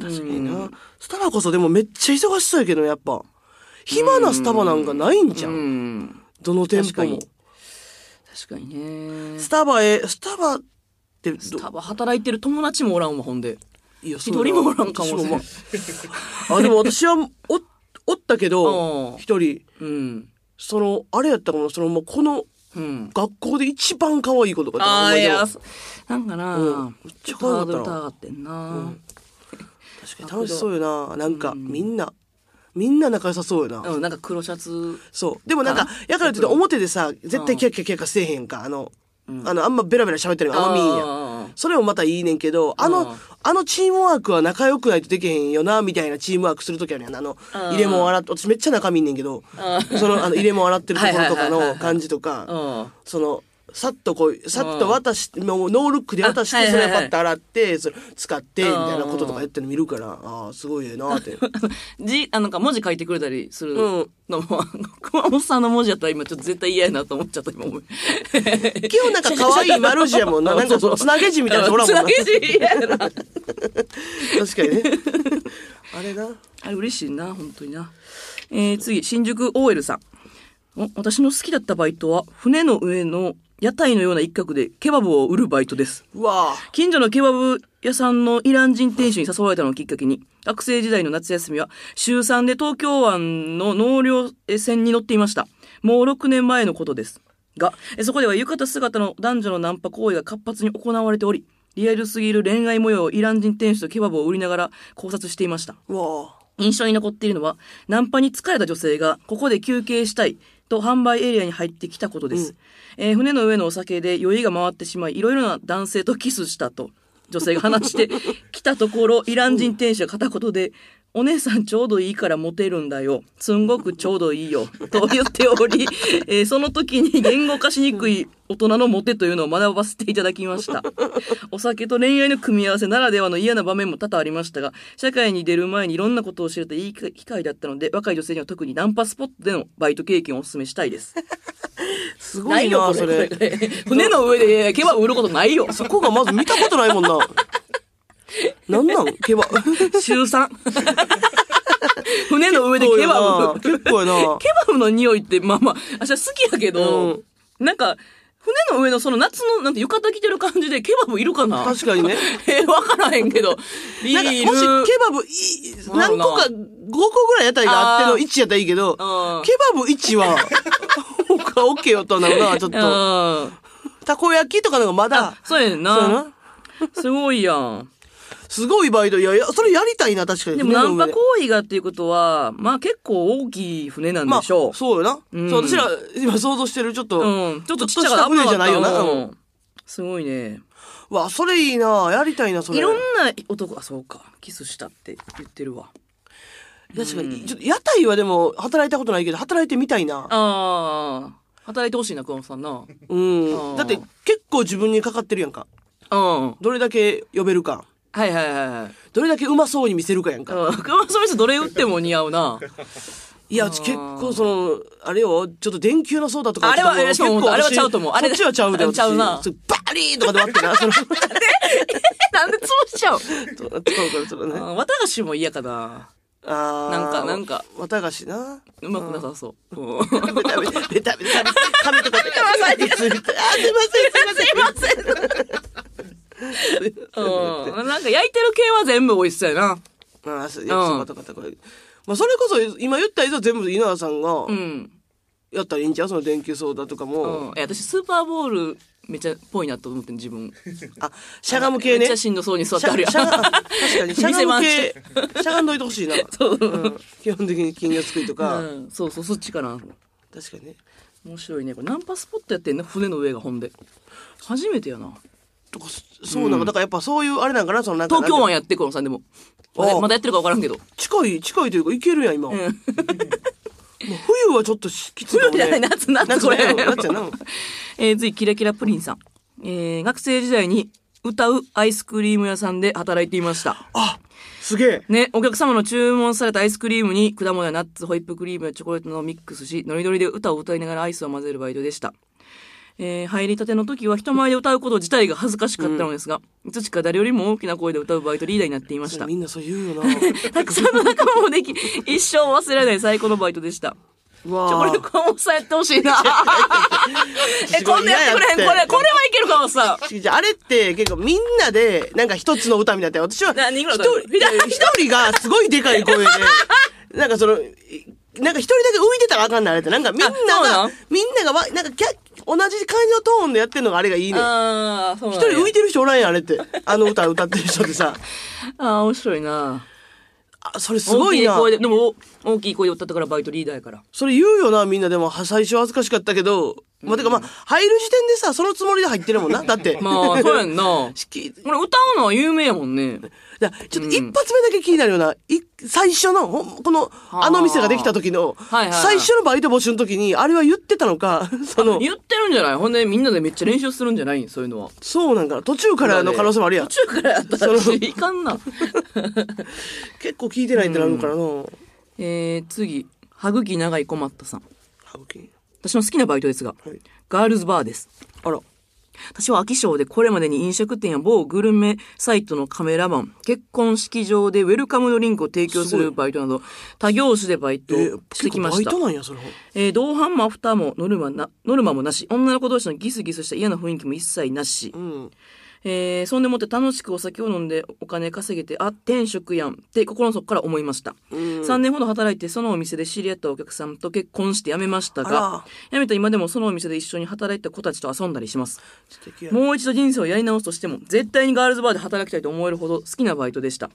E: 確かにな。スタバこそでもめっちゃ忙しそうやけど、やっぱ。暇なスタバなんかないんじゃ。
D: うんん。
E: どの店舗
D: 確か
E: も
D: に。確かにね。
E: スタバへ、スタバってど、
D: スタバ働いてる友達もおらんわ、ほんで。
E: いや
D: 一
E: そうや
D: 人もおらんか
E: 私
D: もし
E: も
D: れ
E: ま
D: な
E: あ
D: い。
E: あ、でも私はお、おったけ
D: う
E: ど
D: ん、
E: 一人、
D: うん。
E: その、あれやったかも、その、もうこの
D: うん。
E: 学校で一番可愛い子とかって
D: あ
E: 思
D: あ、い
E: 出は
D: や、そなんか
E: うん
D: な
E: めっち
D: ち
E: ゃ
D: ょっ
E: 可愛
D: と
E: かったな
D: ハードル高かってんな。
E: 確かに楽しそうよな。なんか、みんな、みんな仲良さそうよな。
D: うん、なんか黒シャツ。
E: そう。でもなんか
D: か、
E: やからって言って表でさ、絶対キャッキャッキャッキャせえへんか。あの、あの、あんまベラベラ喋ってるのあんま見えんやん。
D: や。
E: それもまたいいねんけど、あ
D: うん
E: の、あのチームワークは仲良くないとできへんよな、みたいなチームワークするときあるやん。あの、
D: うん
E: 入れ物洗って、私めっちゃ中身んねんけど、その、あの、入れ物洗ってるところとか
D: はいはいはい
E: の
D: はい
E: 感じと
D: う
E: か、
D: ん。
E: その、さっとこう、さっと渡して、もうノールックで渡し
D: あは
E: て、
D: い
E: そ
D: はいは
E: れパッ
D: い
E: と洗って、それ使って、み
D: うん
E: たいなこととかやってるの見るから、ああ、すごいよな、 って。
D: 字、あの、なんか文字書いてくれたりする
E: うん
D: のも、熊本さんの文字やったら今ちょっと絶対嫌やなと思っちゃった、今思い。
E: 基本なんか可愛い丸字や もんな。なんかその、つなげ字みたいなやつおらんも
D: つ
E: ん な
D: な。げ字嫌やな。
E: 確かにね。 あれな。
D: あれ嬉しいな、本当にな。えー、次、新宿 OL さん。お私の好きだったバイトは、船の上の屋台のような一角でケバブを売るバイトです。
E: うわあ。
D: 近所のケバブ屋さんのイラン人店主に誘われたのをきっかけに、学生時代の夏休みは、週3で東京湾の納涼船に乗っていました。もう6年前のことです。が、えそこでは浴衣姿の男女のナンパ行為が活発に行われており、リアルすぎる恋愛模様をイラン人店主とケバブを売りながら考察していました。
E: うわあ。
D: 印象に残っているのは、ナンパに疲れた女性が、ここで休憩したい、と販売エリアに入ってきたことです。えー船の上のお酒で酔いが回ってしまい、いろいろな男性とキスしたと、女性が話してきたところ、イラン人店主が片言で、お姉さんちょうどいいからモテるんだよ。すんごくちょうどいいよ。と言ってお り、えーその時に 言語化しにくい大人のモテというのを学ばせていただきま した。お酒と恋愛の組み合わせならではの嫌な場面も多々ありましたが、社会に出る前にいろんなことを知れたいい機会だったので、若い女性には特にナンパスポットでのバイト経験をお勧めしたいです。
E: すご
D: ないいよ、
E: な、
D: こ
E: そ
D: れ。
E: れ。
D: これ船の上でケバブ売ることないよ。
E: そこがまず見たことないもんな。なんなんケバ。
D: 週3。船の上でケバブ。
E: 結構やな。
D: ケバブの匂いって、まあまあ、私は好きやけど、なんか、船の上のその夏の、なんて浴衣着てる感じでケバブいるかな
E: 確かにね。
D: えー、わからへんけど。ビ
E: なんか、
D: ール。
E: もしケバブい、
D: な
E: 何
D: るな
E: 個か、5個ぐらい屋台があっての
D: あー
E: 1やったらいいけど、ケ
D: うん
E: バブ1は、僕はオッケーよとはなるな、ちょっと。
D: うん。
E: たこ焼きとかのがまだ、
D: そうやねん
E: そうや
D: な
E: な。。
D: すごいやん。
E: すごいバイト。いや、いや、それやりたいな、確かに。
D: でも
E: 船
D: ナ
E: の
D: ン
E: 上
D: パ
E: で
D: 行為がっていうことは、まあ結構大きい船なん
E: ま
D: で
E: あ、
D: しょう。
E: そうよな。
D: うん
E: そう、私ら、今想像してる、ちょっと、
D: うん。ちょっとちっちゃ
E: ちょっと
D: か
E: し
D: ったた
E: 船じゃないよな
D: う
E: うん
D: すごいね。
E: わ、それいいなやりたいな、それ。
D: いろんな男、あ、そうか。キスしたって言ってるわ。
E: 確かに、ちょっと屋台はでも、働いたことないけど、働いてみたいな。
D: ああ。働いてほしいな、熊本さんな。
E: う。
D: うんん
E: だって、結構自分にかかってるやんか。
D: うん。
E: どれだけ呼べるか。
D: はいはいはいはい。
E: どれだけうまそうに見せるかやんか。
D: うん熊本さんの店どれ打っても似合うな。
E: いや、結構その、あれよ、ちょっと電球のソーダとか
D: あれは
E: ちょっと
D: 私も思ったあれはちゃうと思うあれ
E: そっちはちゃうで。
D: ちゃうな
E: 私それバリーンとかで割ってな。そのそう
D: なんで潰しちゃう
E: そうそうそうね
D: あ綿菓子も嫌かな。
E: あー
D: なんかなんか。
E: 綿菓子な。
D: うまくなさそう。うん
E: ベタベタベタベタ。髪とかベタベタ。すいません、すいません。
D: うんなんか焼いてる系は全部美味しそうやな。
E: ああ、そう焼きそばとかとか。まあ、それこそ、今言った以上全部稲田さんが、
D: うん。
E: やったらいいんちゃうその電球ソーダとか
D: うん
E: も。。
D: え私スーパーボールめっちゃっぽいなと思ってん自分。
E: あ、しゃがむ系
D: めっ
E: ね。
D: ちゃしんどそうに座って
E: しゃ
D: あるやん。
E: しゃが確かに、しゃがむ
D: 店
E: 系、しゃがんどいてほしいな。うん基本的に金魚すくいとか、
D: うんそうそう、そっちかな。
E: 確かにね。
D: 面白いね。これナンパスポットやってんな、船の上がほんで。初めてやな。
E: とか、そうなんか、だからやっぱそういうあれなんかな、そのなんか。
D: 東京
E: なん
D: 湾
E: て
D: やってこのさんでも。
E: あ
D: まだまだやってるか分からんけど。
E: 近い、近いというか、いけるやん、今。 もう冬はちょっとしきついかもね。
D: 冬じゃない夏夏
E: 夏
D: これ
E: やな夏やな。
D: えー、次、キラキラプリンさん。えー、学生時代に歌うアイスクリーム屋さんで働いていました。
E: すげえ。
D: ね、お客様の注文されたアイスクリームに果物やナッツ、ホイップクリームやチョコレートのミックスし、ノリノリで歌を歌いながらアイスを混ぜるバイトでした。えー入りたての時は人前で歌うこと自体が恥ずかしかったのですが、いつしか誰よりも大きな声で歌うバイトリーダーになっていました
E: み。んなそう言う よな。チ
D: たくさんの仲間もでき、一生忘れられない最高のバイトでした。チョコレートコーンをさやってほしいな。え、こんなやってくれへん。これ、これはいけるかもさ。
E: じゃあ、あれって結構みんなで、なんか一つの歌みたいな。私は、
D: 何人ぐらい
E: 一
D: 歌うの
E: 人いや一人がすごいでかい 声で、なんかその、いなんか一人だけ浮いてたらあかんな、あれって。なんかみんな
D: あそうな
E: が
D: ん、
E: みんながわ、なんかキャ同じ感じのトーンでやってるのがあれがいいねん。
D: ああ、そう
E: 一人浮い
D: て。
E: てる人おらんやん、あれって。あの歌歌ってる人ってさ。
D: ああ、面白いな。
E: あ、それすごいな
D: 大き。声で、でも、お大きい声で歌ったからバイトリーダーやから。
E: それ言うよな、みんな。でも、は最初は恥ずかしかったけど、まあ、てかまあ、入る時点でさ、そのつもりで入って るもんな。だって。
D: ま あ、そうやんな。俺
E: しき
D: 歌うのは有名やもんね。
E: だからちょっと一発目だけ気になるような、い最初の、ほんこの、あの店ができた時の、
D: はいはいはい
E: 最初のバイト募集の時に、あれは言ってたの か、その、
D: 言ってるんじゃないほんで、みんなでめっちゃ練習するんじゃないそういうのは。
E: そうなんかな、途中からの可能性もあるやん。
D: 途中からやったら、
E: その
D: いかんな。
E: 結構聞いてないってなるからな。
D: えー、次。歯茎長い困ったさん。
E: ハブキン
D: 私の好きなバイトですが、
E: はい
D: ガールズバーです。
E: あら。
D: 私は飽き性でこれまでに飲食店や某グルメサイトのカメラマン、結婚式場でウェルカムドリンクを提供す
E: すご
D: る
E: い
D: バイトなど、多業種でバイトを
E: えー、
D: して
E: 結
D: き
E: 構
D: ま
E: バ
D: し
E: イ
D: た。
E: トなんや、それ。
D: えー同伴もアフターもノルマな、ノルマもなし、女の子同士のギスギスした嫌な雰囲気も一切なし。
E: うん。
D: えーそんでもって楽しくお酒を飲んでお金稼げて、あ、天職やんって心の底から思いました。3年ほど働いてそのお店で知り合ったお客さんと結婚して辞めましたが
E: あら、
D: 辞めた今でもそのお店で一緒に働いた子たちと遊んだりします。
E: 素敵や。
D: もう一度人生をやり直すとしても、絶対にガールズバーで働きたいと思えるほど好きなバイトでした。っ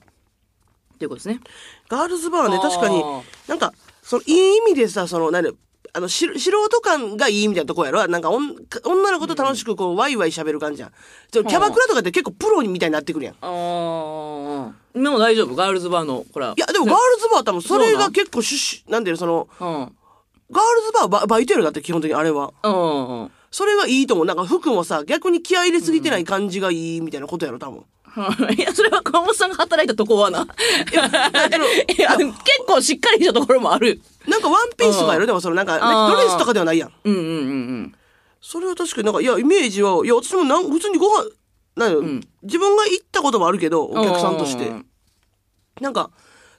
D: ていうことですね。
E: ガールズバーはね、
D: あー
E: 確かに、なんか、その、いい意味でさ、その、なんだあの、し素人感がいいみたいなとこやろなんかおん、女の子と楽しくこう、ワイワイ喋る感じやん。そのキャバクラとかって結構プロみたいになってくるやん。
D: ああ。でも大丈夫、ガールズバーの、ほら。
E: いや、でもガールズバー多分それ
D: そうな
E: が
D: ん
E: 結構趣旨、なんていうのその、
D: うん。
E: ガールズバーはババイトやろだって基本的にあれは。
D: うん。
E: それがいいと思う。なんか服もさ、逆に気合い入れすぎてない感じがいいみたいなことやろ、多分。
D: いや、それは熊本さんが働いたとこはな。 いや、結構しっかりしたところもある。
E: なんかワンピースとかやろでもそのなんか
D: あー
E: ね、ドレスとかではないやん。
D: うんうんうん
E: それは確かになんか、いや、イメージは、いや、私もなん普通にご飯、なんやろ自分が行ったこともあるけど、
D: うん。
E: お客さんとして
D: う。ん
E: なんか、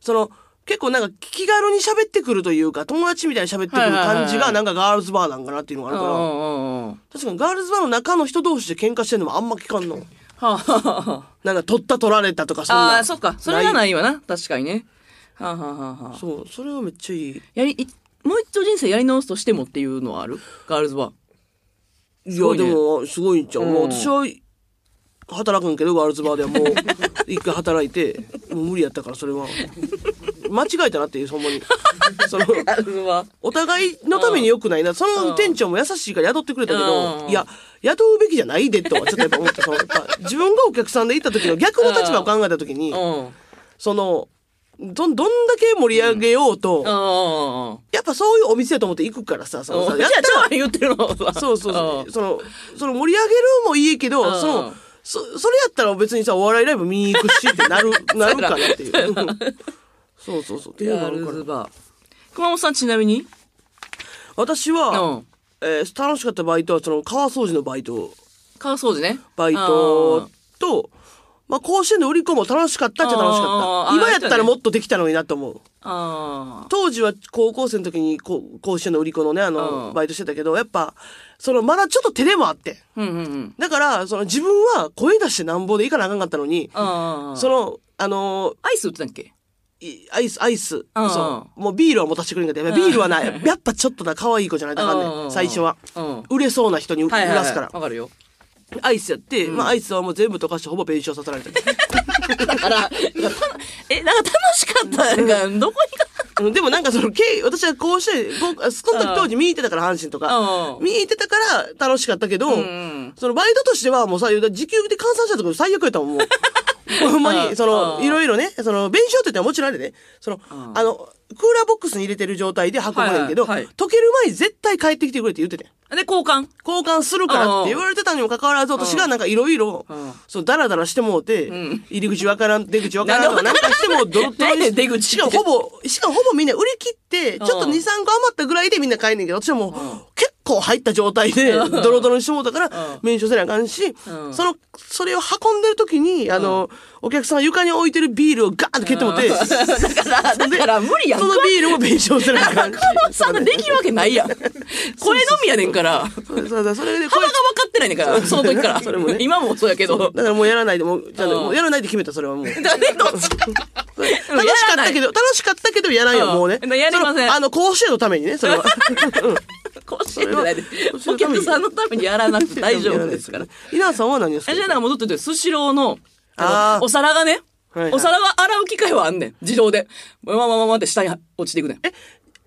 E: その、結構なんか気軽に喋ってくるというか、友達みたいに喋ってくる感じ
D: は
E: が、
D: いはいはい
E: なんかガールズバーなんかなっていうのがあ
D: う
E: るから、
D: んうん。は
E: 確かにガールズバーの中の人同士で喧嘩してんのもあんま聞かんの。
D: あはあはあ。
E: なんか取った取られたとか、そんな。。
D: ああ、そっか。それがないいわな。確かにね。はあはあはあはあ。
E: そう、それはめっちゃいい。
D: やり、いもう一度人生やり直すとしてもっていうのはあるガールズバー。
E: い
D: すご
E: や、
D: いね
E: でも、すごいんちゃう。もう私は、働くんけど、ガールズバーではもう、 一回働いて、もう無理やったから、それは。間違えたなっていう、そんなに。その、
D: ガールズバー。
E: お互いのために良くないな。その店長も優しいから雇ってくれたけ
D: う
E: ど、
D: ん
E: いや、雇うべきじゃないでとは、ちょっとやっぱ思って、その、やっぱ自分がお客さんで行った時の逆の立場を考えた時に、
D: うん。うん
E: その、ど、どんだけ盛り上げようと、
D: うんうん。
E: やっぱそういうお店やと思って行くからさ、そのさ、
D: じゃ
E: や
D: あ
E: っ、たら
D: ちょっと言ってるの。
E: そうそうそう。その、その盛り上げるもいいけ
D: う
E: ど、
D: ん
E: その、そ、それやったら別にさ、お笑いライブ見 に行くしってなる、なるかなっていう。そうそうそう。っていうの
D: ガ
E: があ
D: ー
E: るか
D: ルズ
E: ら。
D: バー。熊本さんちなみに
E: 私
D: う
E: は、
D: ん。
E: えー楽しかったバイトは、その、川掃除のバイト、
D: 川掃除ね。
E: バイトと、まあ、甲子園の売り子も楽しかったっちゃ楽しかっ
D: あー
E: た。
D: あー
E: 今やったらもっとできたのになと思う。
D: あーあ
E: 当時は高校生の時にこう甲子園の売り子のね、あ
D: う
E: の、
D: ん
E: バイトしてたけど、やっぱ、その、まだちょっと手でもあって。
D: ー。うんうんうん。
E: だから、その自分は声出してなんぼでいかなあかんかったのに、
D: ああ。
E: その、あの
D: アイス売ってたんっけ
E: ー、いアイス、アイス、
D: うん
E: そう、もうビールは持たせてくれんかった。ビールはない。やっぱちょっとな、可愛い子じゃないとあかんね
D: うん
E: ん、最初は。
D: うん。
E: 売れそうな人に売
D: はいはい、
E: ら
D: は
E: す
D: い。
E: から
D: わ。かるよ。
E: アイスやって、まあアイスはもう全部溶かしてほぼ弁償させられた。
D: だから、え、なんか楽しかった。なんか、どこにか。
E: うんでもなんかその、けい私はこうして、こうあその時当時見に行ってたから、阪神とか
D: う。ん
E: 見に行ってたから楽しかったけど、
D: ん
E: そのバイトとしてはもうさ、時給で換算したところ最悪やったもん、 もう。ほんま
D: うん
E: に、その、
D: うん
E: いろいろね、その、弁償って言ったらもちろんあれね、その、あの、クーラーボックスに入れてる状態で運ばないけど、
D: はいはいはい
E: 溶ける前に絶対帰ってきてくれって言ってて。
D: で、交換。
E: 交換するからって言われてたにもかかわらず、私がなんかいろいろ
D: ん、
E: そう、ダラダラしてもうて、入り口わからん、出口わからんとか、な
D: な
E: ん
D: るほど
E: かしてもうドロッドロ
D: 何やね
E: に
D: ん出口
E: しかもほぼ、しかもほぼみんな売り切って、ちょっと2、3
D: うん
E: 個余ったぐらいでみんな帰んねんけど、私はもう、結構入った状態で、ドロドロにしてもうたから、免除せなあかんし、
D: ん
E: その、それを運んでる時に、あの、お客さんが床に置いてるビールをガーンと蹴ってもって、
D: だから、だから無理やん。
E: そのビールを弁償せなあかんし。
D: さんできるわけないやん。声のみやねんから。
E: そうそうそうそれでこれ
D: 幅が分かってないねんから、その時から。
E: それもね
D: 今もそうやけど。
E: だからもうやらないで、もう、じゃあね
D: うん
E: もうやらないで決めた、それはもう。楽し
D: だねどっちか
E: かったけど、楽しかったけどやらんよ、
D: うん
E: もうね。
D: やりません
E: そのあの、甲子園のためにね、それは。
D: 甲子園じゃないで
E: そ
D: お
E: れは
D: 客さんのためにやらなくて 大丈夫ですから。
E: 稲田さんは何ですか
D: 私はなんか戻ってて、スシローの、あ
E: あ
D: の
E: ー
D: お皿がね、
E: はいはい
D: お皿が洗う機械はあんねん。自動で。まままままって下に落ちていくねん。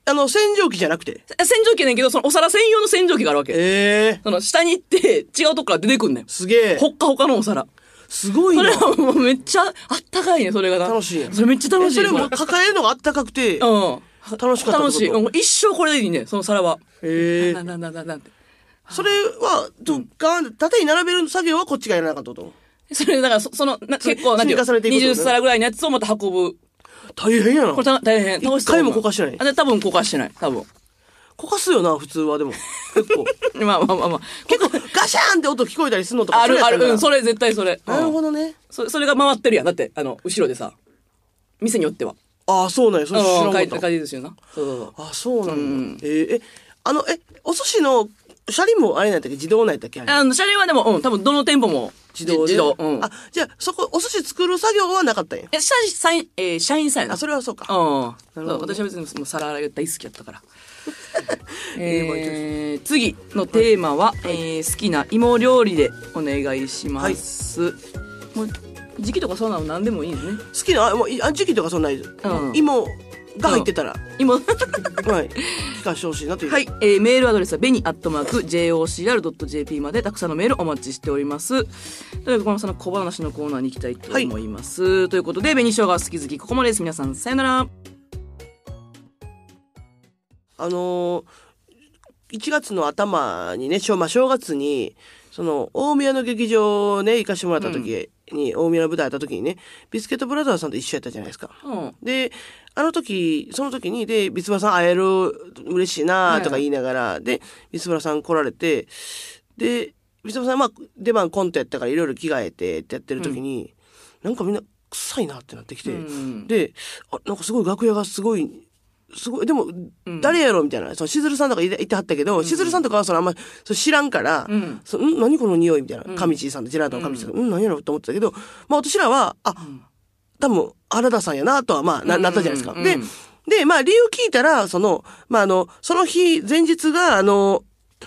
E: あの、洗浄機じゃなくて。
D: 洗浄機やねんけど、そのお皿専用の洗浄機があるわけ。
E: ええ
D: その下に行って、違うとこから出てくんねん。
E: すげえ。
D: ほっかほかのお皿。
E: すごい
D: そ
E: な
D: れ。はもうめっちゃあったかいね、それがな。
E: 楽しいやん
D: それめっちゃ楽
E: え
D: しい。
E: それも
D: こ
E: 抱えるのがあったかくて、
D: れ うん。
E: 楽しかったってこと
D: 楽しい。うん一生これでいいね、その皿は。
E: へえ
D: なななななんて。
E: それは、ドッカーンって縦に並べる作業はこっちがやらなかったと。
D: それ、だから、そその、な結構、なんていうの
E: 積み重ねていくってこ
D: ?20
E: とね
D: 皿ぐらいのやつをまた運ぶ。
E: 大変やな。
D: これ
E: こ
D: た大変。楽しそう
E: 一回もこかしてない
D: あ、で多分こかしてない。 多分。
E: かすよな、普通はでも。結 構。
D: まあまあまあまあ。
E: 結構、ガシャーンって音聞こえたりするのとか。
D: あるあ
E: それ
D: る。う
E: やっ
D: ん、
E: た
D: そ
E: ら
D: れ絶対それ。
E: なるほ
D: ど。
E: どね。
D: そそれが回ってるやん。だって、あの、後ろでさ。店によっては。
E: ああ、そうなんや。それ知ら
D: う、
E: なんか
D: 書
E: っ
D: い
E: た
D: て、書いてですよな。そうそうそう。
E: あ、そうなんだ。えーえ、あの、え、お寿司の、シャリもあれなんやったっけ自動なんやったっけあれ
D: あの、車輪はでも、うん、多分どの店舗も。
E: 自動で。
D: 自動。うん。
E: あ、じゃあ、そこ、お寿司作る作業はなかったんや。
D: え、社員、社員、えー社員さんやな。
E: あ、それはそうか。
D: う。
E: なんるほどね
D: 私は別にもう皿洗いが大好きやったから。 えー次のテーマは、えー好きな芋料理でお願いします。もう時期とかそうなの何でもいいですね。
E: 好きな、あ、もう、いあ時期とかそんないです。
D: ん
E: 芋が入ってたら、
D: 芋は
E: はい。聞かしてほしいなという。
D: い、えーメールアドレスはベニアットマーク JOCR.jp までたくさんのメールお待ちしております。ということで、このさんの小話のコーナーに行きたいと思います。ということで、紅生姜好き好き、ここまでです。皆さん、さよなら。
E: あのー、1月の頭にね、しょうまあ、正月に、その、大宮の劇場をね、行かしてもらった時に、大宮の舞台やった時にね、ビスケットブラザーズさんと一緒やったじゃないですか。
D: うん。
E: で、あの時、その時に、で、ビスブラさん会える、嬉しいなとか言いながら、で、ビスブラさん来られて、で、ビスブラさん、まあ、出番コントやったからいろいろ着替えてってやってる時に、なんかみんな臭いなってなってきて、
D: ん
E: で、あ、なんかすごい楽屋がすごい、すごい、でも、誰やろみたいな。その、しずるさんとかいていてはったけど、しずるさんとかはそのあんまりそれ知らんから、
D: ん
E: そん何この匂いみたいな。上地さんとジェラートの上地さん、うん、何やろと思ってたけど、まあ私らは、あ、多分、原田さんやなとは、まあ、な、なったじゃないですか。で、で、まあ、理由聞いたら、その、まあ、あの、その日、前日が、あの、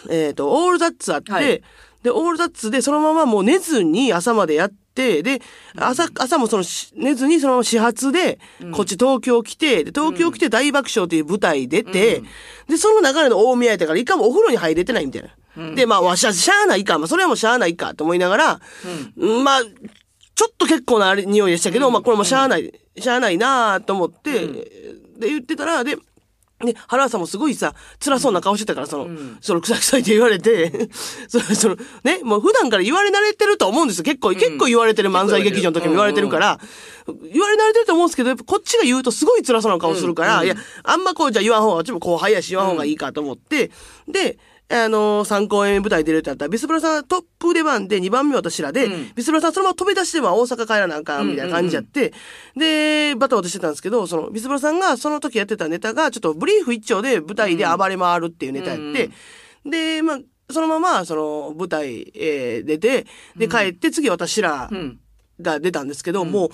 E: えっ、と、オールザッツあって、
D: はい
E: で、オールザッツで、そのままもう寝ずに朝までやって、で、朝、朝もそのし、寝ずにそのまま始発で、こっち東京来て、で、東京来て大爆笑という舞台出て、で、その流れの大宮やったから、いかもお風呂に入れてないみたいな。で、まあ、わしゃ、しゃあないか、まあ、それはもうしゃあないか、と思いながら、まあ、ちょっと結構なあれ匂いでしたけど、まあこれもしゃあない、しゃあないなあと思って、で、言ってたら、で、で、原田さんもすごいさ、辛そうな顔してたから、その、その、臭い臭いって言われて、 その、その、ね、もう普段から言われ慣れてると思うんですよ。結構、結構言われてる漫才劇場の時も言われてるから、言われ慣れてると思うんですけど、やっぱこっちが言うとすごい辛そうな顔するから、いや、あんまこう、じゃあ言わん方が、こっちも後輩やし言わん方がいいかと思って、で、あのー、3公演舞台出るってなったら、ビスブラさんトップ出番で2番目私らで、ビスブラさんそのまま飛び出しては大阪帰らなあかんみたいな感じやって、で、バタバタしてたんですけど、その、ビスブラさんがその時やってたネタが、ちょっとブリーフ一丁で舞台で暴れ回るっていうネタやって、で、まあ、そのまま、その、舞台、えー出て、で、帰って、次私らが出たんですけど、も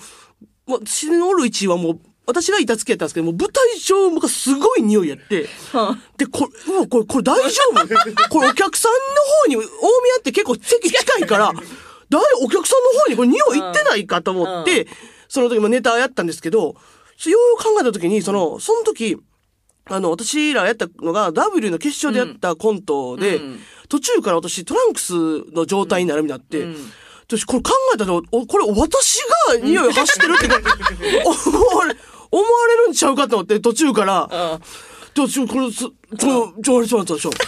E: う、もう私のおる位置はもう、私がいたつきやったんですけど、もう舞台上がすごい匂いやって、で、これ、うわ、これ、これ大丈夫これお客さんの方に、大宮って結構席近いから、誰、お客さんの方にこれ匂い行ってないかと思って、その時もネタやったんですけど、そうよう考えた時に、その、その時、あの、私らやったのが W の決勝でやったコントで、途中から私トランクスの状態になるようになって、私これ考えたら、おこれ私が匂い発してるって、 思われ、思われるんちゃうかと思って、途中から、ちょ、ちょ、これ、す、ちょ、ちょ、あれ、ちょ、ちょ、ちょ、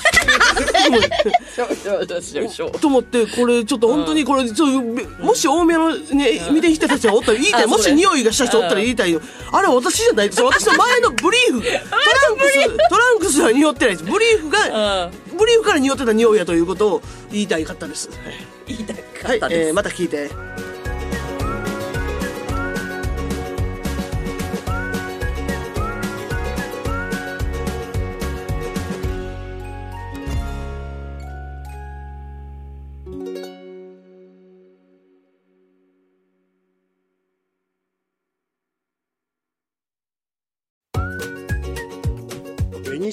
E: と思って、これ、ちょっと本当にこれ、ちょ、もし大宮のね、見てきた人たちがおったら言いたい、
D: あそう
E: も
D: ね
E: し匂いがした人おったら言いたいよ。あれ、私じゃないです。私の前のブリーフ、トランク ス、トランクスは匂ってないです。ブリーフが、ブリーフから匂ってた匂いやということを言いたいかったです。はい
D: 言いたか
E: は
D: っ
E: い
D: た、で
E: え
D: す。
E: ーまた聞いて。
A: 紅